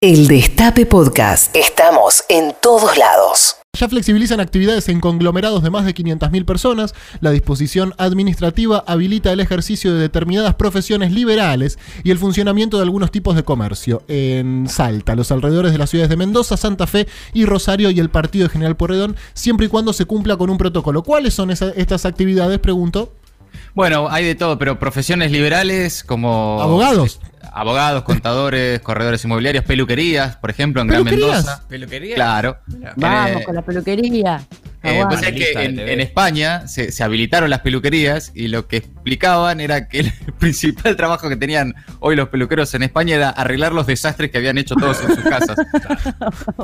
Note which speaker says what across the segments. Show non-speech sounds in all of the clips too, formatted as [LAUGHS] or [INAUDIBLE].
Speaker 1: El Destape Podcast. Estamos en todos lados.
Speaker 2: Ya flexibilizan actividades en conglomerados de más de 500.000 personas. La disposición administrativa habilita el ejercicio de determinadas profesiones liberales y el funcionamiento de algunos tipos de comercio. En Salta, los alrededores de las ciudades de Mendoza, Santa Fe y Rosario y el partido de General Porredón, siempre y cuando se cumpla con un protocolo. ¿Cuáles son esa- estas actividades? Pregunto.
Speaker 3: Bueno, hay de todo, pero profesiones liberales como...
Speaker 2: Abogados.
Speaker 3: Abogados,
Speaker 2: [LAUGHS]
Speaker 3: contadores, corredores inmobiliarios, peluquerías, por ejemplo, en Gran
Speaker 2: ¿Peluquerías?
Speaker 3: Mendoza.
Speaker 4: Peluquería.
Speaker 3: Claro.
Speaker 5: Vamos
Speaker 3: Eh,
Speaker 5: con la peluquería.
Speaker 3: eh,
Speaker 5: Aguante.
Speaker 3: vos sabés que
Speaker 4: Analista de
Speaker 3: en,
Speaker 4: TV.
Speaker 3: en España se, se habilitaron las peluquerías y lo que explicaban era que el [LAUGHS] principal trabajo que tenían hoy los peluqueros en España era arreglar los desastres que habían hecho todos en
Speaker 2: [LAUGHS]
Speaker 3: sus casas.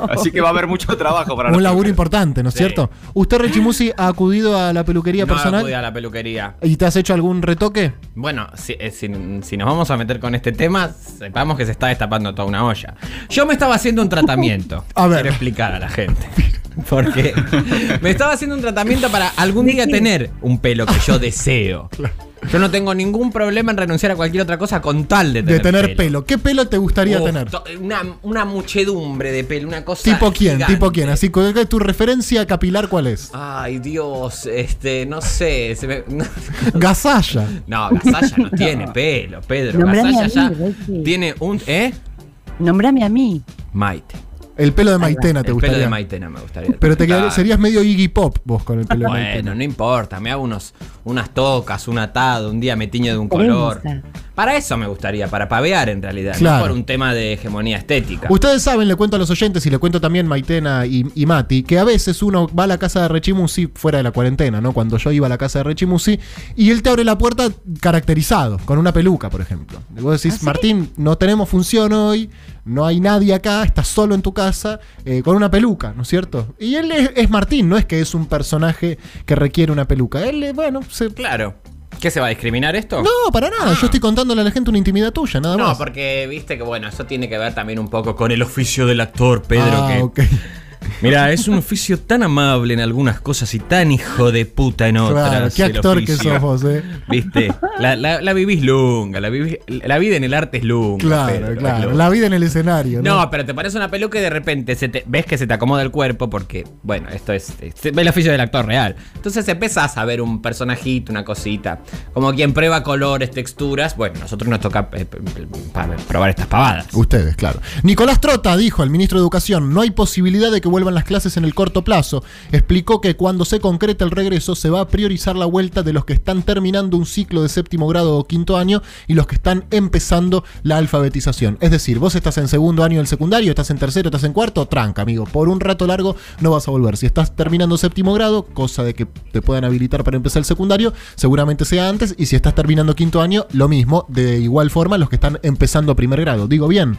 Speaker 3: Así que va a haber mucho trabajo para
Speaker 2: Un
Speaker 3: los
Speaker 2: laburo
Speaker 3: peluqueros.
Speaker 2: importante, ¿no es
Speaker 4: Sí.
Speaker 2: cierto? ¿Usted, Rechimusi, ha acudido a la peluquería
Speaker 4: No acudí
Speaker 2: personal
Speaker 4: a la peluquería.
Speaker 2: y te has hecho algún retoque?
Speaker 4: Bueno, si, eh, si- si nos vamos a meter con este tema, sepamos que se está destapando toda una olla. Yo me estaba haciendo un tratamiento.
Speaker 2: [LAUGHS] A ver.
Speaker 4: Quiero explicar a la gente. Porque me estaba haciendo un tratamiento para algún día tener un pelo que yo
Speaker 2: [LAUGHS]
Speaker 4: deseo. Yo no tengo ningún problema en renunciar a cualquier otra cosa con tal de
Speaker 2: De
Speaker 4: tener,
Speaker 2: tener pelo. ¿Qué pelo te gustaría
Speaker 4: Uf,
Speaker 2: tener?
Speaker 4: to- Una, una muchedumbre de pelo, una cosa.
Speaker 2: ¿Tipo quién?
Speaker 4: gigante. Ah.
Speaker 2: ¿Tipo quién? Así, ¿cuál es ¿tu referencia capilar cuál es?
Speaker 4: Ay, Dios, este, no sé. se me- [LAUGHS]
Speaker 2: Gasalla.
Speaker 4: No, Gasalla
Speaker 5: [LAUGHS]
Speaker 4: no tiene pelo, Pedro.
Speaker 5: Nombrame
Speaker 4: Gasalla
Speaker 5: a
Speaker 4: ya
Speaker 5: mí, Ricky.
Speaker 4: tiene un. ¿Eh?
Speaker 5: Nombrame a mí.
Speaker 4: Maite.
Speaker 2: El pelo de Maitena te
Speaker 4: el
Speaker 2: gustaría.
Speaker 4: pelo de Maitena me gustaría.
Speaker 2: Pero te quedaría-
Speaker 4: Claro.
Speaker 2: serías medio Iggy Pop vos con el pelo de
Speaker 4: Bueno,
Speaker 2: Maitena.
Speaker 4: no importa, me hago unos, unas tocas, un atado, un día me tiño de un
Speaker 5: Tenés
Speaker 4: color.
Speaker 5: esa.
Speaker 4: Para eso me gustaría, para pavear en realidad,
Speaker 2: Claro.
Speaker 4: no por un tema de hegemonía estética.
Speaker 2: Ustedes saben, le cuento a los oyentes y le cuento también Maitena y, y Mati, que a veces uno va a la casa de Rechimusi fuera de la cuarentena, ¿no? Cuando yo iba a la casa de Rechimusi y él te abre la puerta caracterizado, con una peluca, por ejemplo. Y vos
Speaker 4: ¿Ah,
Speaker 2: decís, Martín, no tenemos función hoy, no hay nadie acá, estás solo en tu casa, eh, con una peluca, ¿no es cierto? Y él es, es Martín, no es que es un personaje que requiere una peluca. Él, eh, bueno, se...
Speaker 4: Claro. ¿Qué se va a discriminar esto?
Speaker 2: No, para nada, yo estoy contándole a la gente una intimidad tuya, nada
Speaker 4: Ah. No,
Speaker 2: más.
Speaker 4: porque viste que bueno, eso tiene que ver también un poco con el oficio del actor, Pedro.
Speaker 2: Ah,
Speaker 4: que, [LAUGHS]
Speaker 2: ok.
Speaker 4: Mira, es un oficio tan amable en algunas cosas y tan hijo de puta en otras.
Speaker 2: Claro, qué
Speaker 4: el
Speaker 2: actor que
Speaker 4: oficio.
Speaker 2: sos vos, eh.
Speaker 4: Viste, la, la- la vivís lunga, la, vivís- la vida en el arte es lunga.
Speaker 2: Claro,
Speaker 4: Pedro, es
Speaker 2: claro.
Speaker 4: lunga.
Speaker 2: La vida en el escenario.
Speaker 4: No,
Speaker 2: No,
Speaker 4: pero te parece una peluca y de repente se te- ves que se te acomoda el cuerpo porque, bueno, esto es, es el oficio del actor real. Entonces empezás a ver un personajito, una cosita. Como quien prueba colores, texturas. Bueno, nosotros nos toca eh, p- p- pa- probar estas pavadas.
Speaker 2: Ustedes, claro. Nicolás Trota dijo al ministro de Educación, no hay posibilidad de que vuelvan las clases en el corto plazo. Explicó que cuando se concreta el regreso se va a priorizar la vuelta de los que están terminando un ciclo de séptimo grado o quinto año y los que están empezando la alfabetización. Es decir, vos estás en segundo año del secundario, estás en tercero, estás en cuarto, tranca, amigo. Por un rato largo no vas a volver. Si estás terminando séptimo grado, cosa de que te puedan habilitar para empezar el secundario, seguramente sea antes. Y si estás terminando quinto año, lo mismo. De igual forma, los que están empezando primer grado. Digo bien.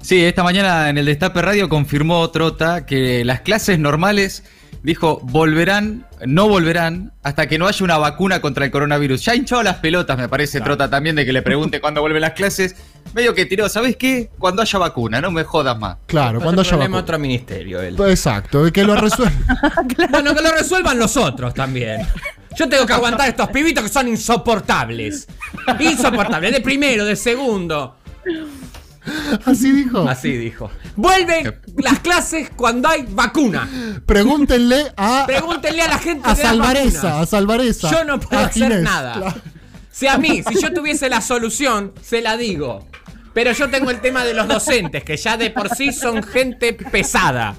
Speaker 3: Sí, esta mañana en el Destape Radio confirmó Trota que las clases normales, dijo, volverán, no volverán, hasta que no haya una vacuna contra el coronavirus. Ya hinchó las pelotas, me parece Trota también, de que le [LAUGHS] pregunte cuándo vuelven las clases. Medio que tiró, ¿sabés qué? Cuando haya vacuna, no me jodas más.
Speaker 2: Claro,
Speaker 4: Entonces,
Speaker 2: cuando haya
Speaker 4: problema
Speaker 2: vacuna.
Speaker 4: otro ministerio él.
Speaker 2: Exacto, que lo
Speaker 4: [LAUGHS]
Speaker 2: resuelva.
Speaker 4: Bueno, que lo resuelvan los otros también. Yo tengo que aguantar estos pibitos que son insoportables. Insoportables, de primero, de segundo.
Speaker 2: Así dijo.
Speaker 4: Así dijo. Vuelven las clases cuando hay vacuna.
Speaker 2: Pregúntenle a,
Speaker 4: Pregúntenle a la gente
Speaker 2: a
Speaker 4: de las
Speaker 2: Salvareza, a
Speaker 4: vacunas.
Speaker 2: Salvareza.
Speaker 4: Yo no puedo
Speaker 2: a
Speaker 4: hacer
Speaker 2: Ginés.
Speaker 4: nada.
Speaker 2: Claro.
Speaker 4: Si a mí, si yo tuviese la solución, se la digo. Pero yo tengo el tema de los docentes, que ya de por sí son gente pesada.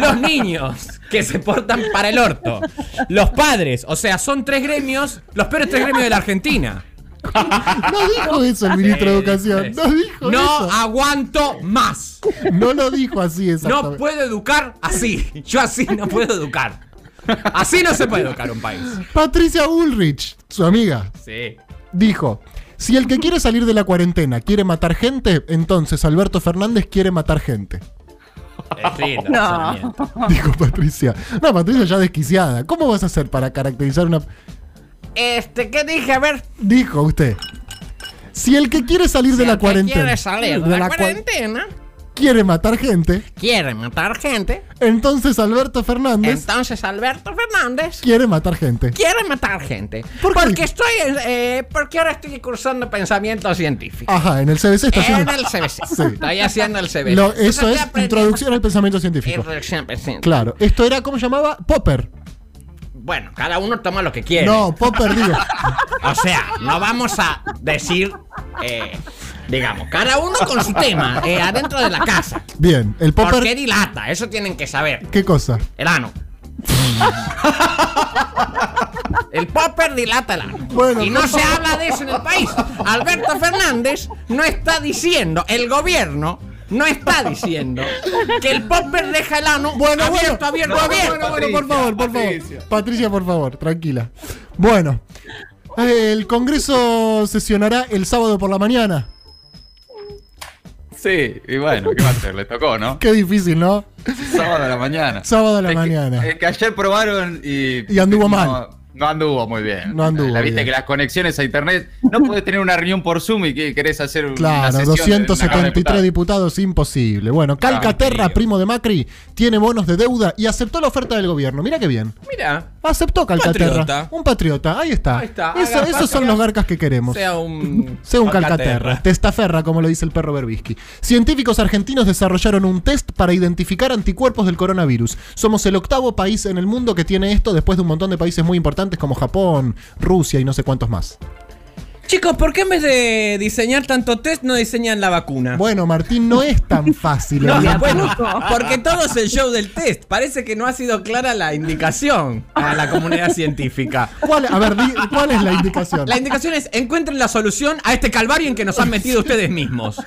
Speaker 4: Los niños, que se portan para el orto. Los padres, o sea, son tres gremios, los peores tres gremios de la Argentina. Eh,
Speaker 2: No dijo eso el ministro de Educación. No dijo
Speaker 4: No
Speaker 2: eso.
Speaker 4: aguanto más.
Speaker 2: No lo dijo así
Speaker 4: No
Speaker 2: exactamente.
Speaker 4: puedo educar así. Yo así no puedo educar. Así no se puede educar un país.
Speaker 2: Patricia Ulrich, su amiga,
Speaker 4: Sí.
Speaker 2: dijo: Si el que quiere salir de la cuarentena quiere matar gente, entonces Alberto Fernández quiere matar gente.
Speaker 4: Es lindo.
Speaker 5: No.
Speaker 4: razonamiento.
Speaker 2: Dijo Patricia. No, Patricia ya desquiciada. ¿Cómo vas a hacer para caracterizar una.?
Speaker 4: Este, ¿qué dije? A ver.
Speaker 2: Dijo usted. Si el que quiere salir de la
Speaker 4: el que
Speaker 2: cuarentena.
Speaker 4: quiere salir de la
Speaker 2: cua-
Speaker 4: cuarentena.
Speaker 2: quiere matar gente.
Speaker 4: Quiere matar gente.
Speaker 2: Entonces Alberto Fernández
Speaker 4: Entonces Alberto Fernández
Speaker 2: quiere matar gente.
Speaker 4: quiere matar gente.
Speaker 2: ¿Por qué?
Speaker 4: Porque estoy eh, porque ahora estoy cursando pensamiento científico.
Speaker 2: Ajá, en el CBC Ah, está
Speaker 4: En
Speaker 2: haciendo.
Speaker 4: el CBC.
Speaker 2: [LAUGHS] Sí.
Speaker 4: [LAUGHS] Estoy haciendo el CBC.
Speaker 2: Lo-
Speaker 4: Entonces
Speaker 2: eso
Speaker 4: estoy
Speaker 2: es
Speaker 4: aprendiendo-
Speaker 2: introducción al pensamiento científico.
Speaker 4: Introducción al pensamiento.
Speaker 2: Claro. Esto era, ¿cómo llamaba? Popper.
Speaker 4: Bueno, cada uno toma lo que quiere.
Speaker 2: No, Popper, digo.
Speaker 4: O sea, no vamos a decir, eh, digamos, cada uno con su tema eh, adentro de la casa.
Speaker 2: Bien, el
Speaker 4: ¿Por qué
Speaker 2: Popper.
Speaker 4: dilata? Eso tienen que saber.
Speaker 2: ¿Qué cosa?
Speaker 4: El ano. El popper dilata el ano.
Speaker 2: Bueno,
Speaker 4: y no
Speaker 2: por
Speaker 4: se
Speaker 2: favor.
Speaker 4: habla de eso en el país. Alberto Fernández no está diciendo, el gobierno no está diciendo que el popper deja el ano
Speaker 2: Bueno,
Speaker 4: abierto,
Speaker 2: bueno,
Speaker 4: abierto,
Speaker 2: bueno, bueno, bueno,
Speaker 4: abierto.
Speaker 2: por
Speaker 3: Patricia,
Speaker 2: favor, por
Speaker 3: Patricia.
Speaker 2: favor. Patricia, por favor, tranquila. Bueno, eh, el Congreso sesionará el sábado por la mañana.
Speaker 3: Sí, y bueno, ¿qué va a hacer? Le tocó, ¿no?
Speaker 2: Qué difícil, ¿no?
Speaker 3: Sábado a la mañana.
Speaker 2: Sábado a la
Speaker 3: Es que-
Speaker 2: mañana.
Speaker 3: es que ayer probaron y.
Speaker 2: Y anduvo
Speaker 3: no,
Speaker 2: mal.
Speaker 3: No anduvo muy bien.
Speaker 2: No anduvo
Speaker 3: La viste
Speaker 2: bien.
Speaker 3: que las conexiones a internet. No podés tener una reunión por Zoom y que querés hacer una
Speaker 2: Claro,
Speaker 3: sesión de- una Cámara de
Speaker 2: 273
Speaker 3: Diputados.
Speaker 2: diputados, imposible. Bueno, Calcaterra,
Speaker 3: Tranquilo.
Speaker 2: primo de Macri, tiene bonos de deuda y aceptó la oferta del gobierno. Mira qué bien.
Speaker 4: Mira,
Speaker 2: Aceptó Calcaterra.
Speaker 4: patriota.
Speaker 2: Un patriota, ahí está.
Speaker 4: Ahí está,
Speaker 2: Eso-
Speaker 4: haga
Speaker 2: esos son
Speaker 4: patria,
Speaker 2: los garcas que queremos.
Speaker 4: sea un.
Speaker 2: [LAUGHS] Sea un calcaterra, testaferra, como lo dice el perro Berbisky. Científicos argentinos desarrollaron un test para identificar anticuerpos del coronavirus. Somos el octavo país en el mundo que tiene esto después de un montón de países muy importantes como Japón, Rusia y no sé cuántos más.
Speaker 6: Chicos, ¿por qué en vez de diseñar tanto test no diseñan la vacuna?
Speaker 2: Bueno, Martín, no es
Speaker 6: [LAUGHS]
Speaker 2: tan fácil.
Speaker 6: No,
Speaker 2: evidentemente.
Speaker 6: bueno, porque todo es el show del test. Parece que no ha sido clara la indicación a la comunidad científica.
Speaker 2: ¿Cuál, a ver, di- ¿cuál es la indicación?
Speaker 6: La indicación es encuentren la solución a este calvario en que nos han metido ustedes mismos.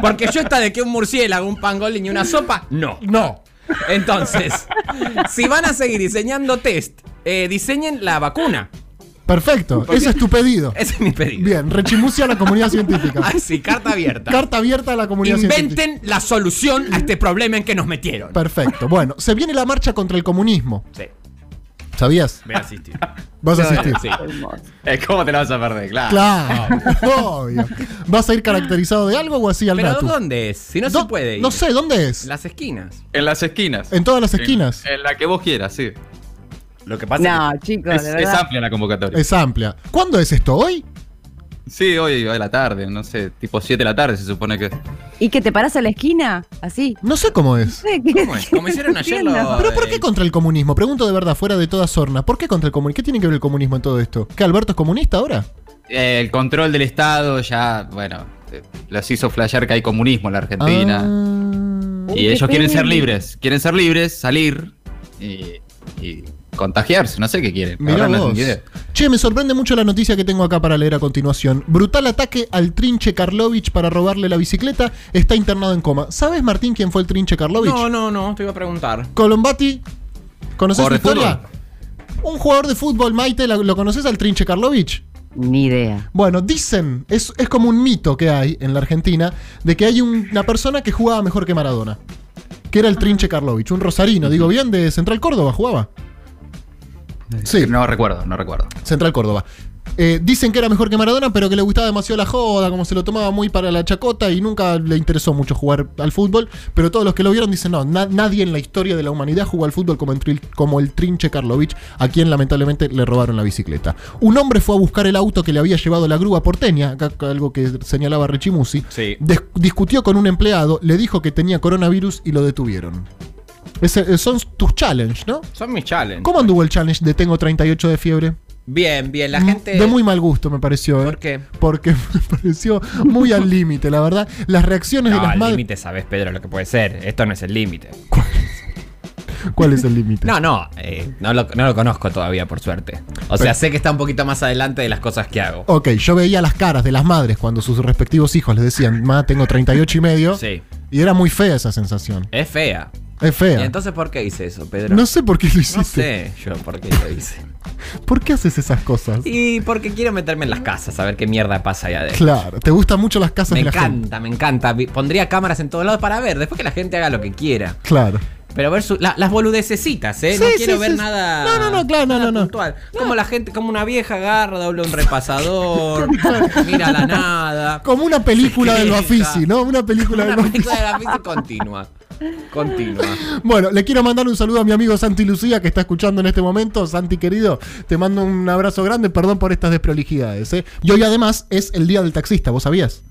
Speaker 6: Porque yo esta de que un murciélago, un pangolín y una sopa, no.
Speaker 2: No.
Speaker 6: Entonces, si van a seguir diseñando test, eh, diseñen la vacuna.
Speaker 2: Perfecto, ese es tu pedido.
Speaker 6: Ese es mi pedido.
Speaker 2: Bien, rechimucia a la comunidad científica.
Speaker 6: Así, carta abierta.
Speaker 2: Carta abierta a la comunidad científica.
Speaker 6: Inventen la solución a este problema en que nos metieron.
Speaker 2: Perfecto, bueno, se viene la marcha contra el comunismo.
Speaker 6: Sí,
Speaker 2: ¿Sabías?
Speaker 6: voy a
Speaker 2: [LAUGHS]
Speaker 6: asistir.
Speaker 2: Vas a asistir.
Speaker 6: Sí.
Speaker 3: Eh, ¿Cómo te la vas a perder? Claro.
Speaker 2: Claro, obvio. ¿Vas a ir caracterizado de algo o así al
Speaker 6: Pero
Speaker 2: natu?
Speaker 6: ¿dónde es? Si no
Speaker 2: Do-
Speaker 6: se puede ir.
Speaker 2: No sé, ¿dónde es?
Speaker 6: Las esquinas.
Speaker 3: En las esquinas.
Speaker 2: En todas las esquinas.
Speaker 3: En, en la que vos quieras, sí.
Speaker 6: Lo que pasa
Speaker 5: No, chicos,
Speaker 3: Es,
Speaker 5: de
Speaker 3: es
Speaker 5: verdad.
Speaker 3: amplia la convocatoria.
Speaker 2: Es amplia. ¿Cuándo es esto? ¿Hoy?
Speaker 3: Sí, hoy a la tarde, no sé, tipo 7 de la tarde se supone que.
Speaker 5: ¿Y que te paras a la esquina? Así.
Speaker 2: No sé cómo es.
Speaker 5: No sé, ¿qué-
Speaker 6: ¿Cómo es? Como hicieron ayer
Speaker 5: [LAUGHS] entiendo.
Speaker 6: los-
Speaker 2: ¿Pero por qué contra el comunismo? Pregunto de verdad, fuera de toda sorna. ¿Por qué contra el comunismo? ¿Qué tiene que ver el comunismo en todo esto? ¿Que Alberto es comunista ahora?
Speaker 3: Eh, el control del Estado ya, bueno, eh, los hizo flashear que hay comunismo en la Argentina.
Speaker 2: Ah.
Speaker 5: Uy,
Speaker 3: Y
Speaker 5: qué
Speaker 3: ellos quieren ser
Speaker 5: pena.
Speaker 3: libres, quieren ser libres, salir y, y contagiarse, no sé qué quieren. la
Speaker 2: Mirá
Speaker 3: verdad no
Speaker 2: vos.
Speaker 3: tengo idea.
Speaker 2: Che, me sorprende mucho la noticia que tengo acá para leer a continuación. Brutal ataque al trinche Karlovich para robarle la bicicleta. Está internado en coma. ¿Sabes, Martín, quién fue el trinche Karlovich?
Speaker 6: No, no, no, te iba a preguntar.
Speaker 2: Colombati, ¿conoces
Speaker 3: ¿Jugador
Speaker 2: la
Speaker 3: de
Speaker 2: historia? Un jugador de fútbol, Maite, ¿la- ¿lo conoces al Trinche Karlovich?
Speaker 5: Ni idea.
Speaker 2: Bueno, dicen, es, es como un mito que hay en la Argentina, de que hay un- una persona que jugaba mejor que Maradona, que era el Trinche Karlovich, un rosarino, digo bien, de Central Córdoba jugaba. Sí,
Speaker 3: No recuerdo, no recuerdo.
Speaker 2: Central Córdoba. Eh, dicen que era mejor que Maradona, pero que le gustaba demasiado la joda, como se lo tomaba muy para la chacota y nunca le interesó mucho jugar al fútbol. Pero todos los que lo vieron dicen, no, na- nadie en la historia de la humanidad jugó al fútbol como, el tri- como el Trinche Karlovich, a quien lamentablemente le robaron la bicicleta. Un hombre fue a buscar el auto que le había llevado la grúa porteña, acá algo que señalaba Richimusi.
Speaker 6: Sí.
Speaker 2: Des- discutió con un empleado, le dijo que tenía coronavirus y lo detuvieron. Ese- eh, son tus challenge, ¿no?
Speaker 6: Son mis challenges.
Speaker 2: ¿Cómo anduvo el challenge de tengo 38 de fiebre?
Speaker 6: Bien, bien, la gente.
Speaker 2: Mm, De muy mal gusto, me pareció. ¿eh?
Speaker 6: ¿Por qué?
Speaker 2: Porque [LAUGHS] me pareció muy al límite, la verdad. Las reacciones de
Speaker 4: No,
Speaker 2: las
Speaker 4: el
Speaker 2: madres.
Speaker 4: límite sabes, Pedro, lo que puede ser. Esto no es el límite.
Speaker 2: [LAUGHS] ¿Cuál es el límite?
Speaker 4: No, no, eh, no, lo, no lo conozco todavía, por suerte. O sea, sé que está un poquito más adelante de las cosas que hago.
Speaker 2: Ok, yo veía las caras de las madres cuando sus respectivos hijos les decían, ma, tengo 38 y medio.
Speaker 4: Sí.
Speaker 2: Y era muy fea esa sensación.
Speaker 4: Es fea.
Speaker 2: Es
Speaker 6: ¿Y
Speaker 2: fea.
Speaker 6: entonces por qué hice eso, Pedro?
Speaker 2: no sé por qué lo hiciste.
Speaker 6: No sé yo por qué lo hice.
Speaker 2: [LAUGHS] ¿Por qué haces esas cosas?
Speaker 6: Y porque quiero meterme en las casas, a ver qué mierda pasa allá adentro.
Speaker 2: Claro, te gustan mucho las casas
Speaker 6: Me
Speaker 2: de la gente.
Speaker 6: encanta, me encanta. Vi- Pondría cámaras en todos lados para ver. Después que la gente haga lo que quiera.
Speaker 2: Claro.
Speaker 4: Pero ver su- la- las boludececitas, ¿eh? no
Speaker 2: Sí,
Speaker 4: quiero
Speaker 2: sí,
Speaker 4: ver
Speaker 2: sí, sí.
Speaker 4: nada.
Speaker 2: No, no, no, claro, no,
Speaker 4: nada
Speaker 2: no, no.
Speaker 4: puntual. Como la gente, como una vieja agarra, dobla
Speaker 2: [LAUGHS]
Speaker 4: un repasador, mira la nada.
Speaker 2: Como una película del
Speaker 4: Secreta.
Speaker 2: Bafisi, ¿no? Una película del
Speaker 4: Una
Speaker 2: Bafisi.
Speaker 4: película de la bici continua. Continua.
Speaker 2: Bueno, le quiero mandar un saludo a mi amigo Santi Lucía que está escuchando en este momento. Santi querido, te mando un abrazo grande, perdón por estas desprolijidades. ¿eh? Y hoy además es el día del taxista, ¿vos sabías?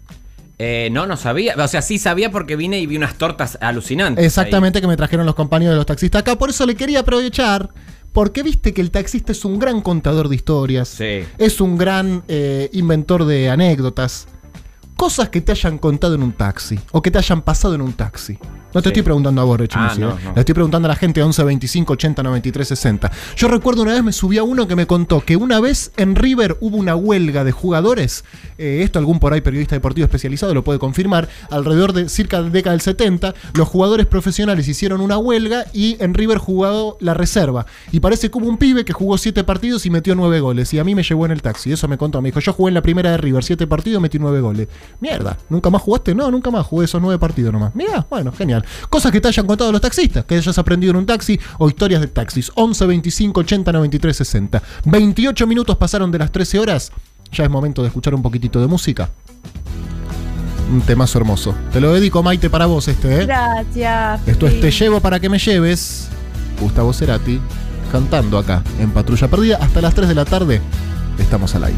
Speaker 4: Eh, no, no sabía. O sea, sí sabía porque vine y vi unas tortas alucinantes. ahí.
Speaker 2: Exactamente, que me trajeron los compañeros de los taxistas acá. Por eso le quería aprovechar, porque viste que el taxista es un gran contador de historias.
Speaker 4: Sí.
Speaker 2: Es un gran eh, inventor de anécdotas. Cosas que te hayan contado en un taxi o que te hayan pasado en un taxi. No te
Speaker 4: Sí.
Speaker 2: estoy preguntando a vos, Rechino,
Speaker 4: Ah, no, no.
Speaker 2: Le estoy preguntando a la gente 11 25 80 93 60. Yo recuerdo una vez me subí a uno que me contó que una vez en River hubo una huelga de jugadores. eh, esto algún por ahí periodista deportivo especializado lo puede confirmar. Alrededor de circa de década del 70, los jugadores profesionales hicieron una huelga y en River jugado la reserva. Y parece que hubo un pibe que jugó 7 partidos y metió 9 goles. Y a mí me llevó en el taxi. Eso me contó. Me dijo, yo jugué en la primera de River, 7 partidos, metí 9 goles. Mierda, ¿nunca más jugaste? No, nunca más. Jugué esos 9 partidos nomás. Mira, bueno, genial. Cosas que te hayan contado los taxistas, que hayas aprendido en un taxi o historias de taxis. 11 25 80 93 60. 28 minutos pasaron de las 13 horas. Ya es momento de escuchar un poquitito de música. Un temazo hermoso. Te lo dedico, Maite, para vos este, ¿eh?
Speaker 5: Gracias.
Speaker 2: Esto es
Speaker 5: Pipi.
Speaker 2: Te llevo para que me lleves. Gustavo Cerati cantando acá en Patrulla Perdida hasta las 3 de la tarde. Estamos al aire.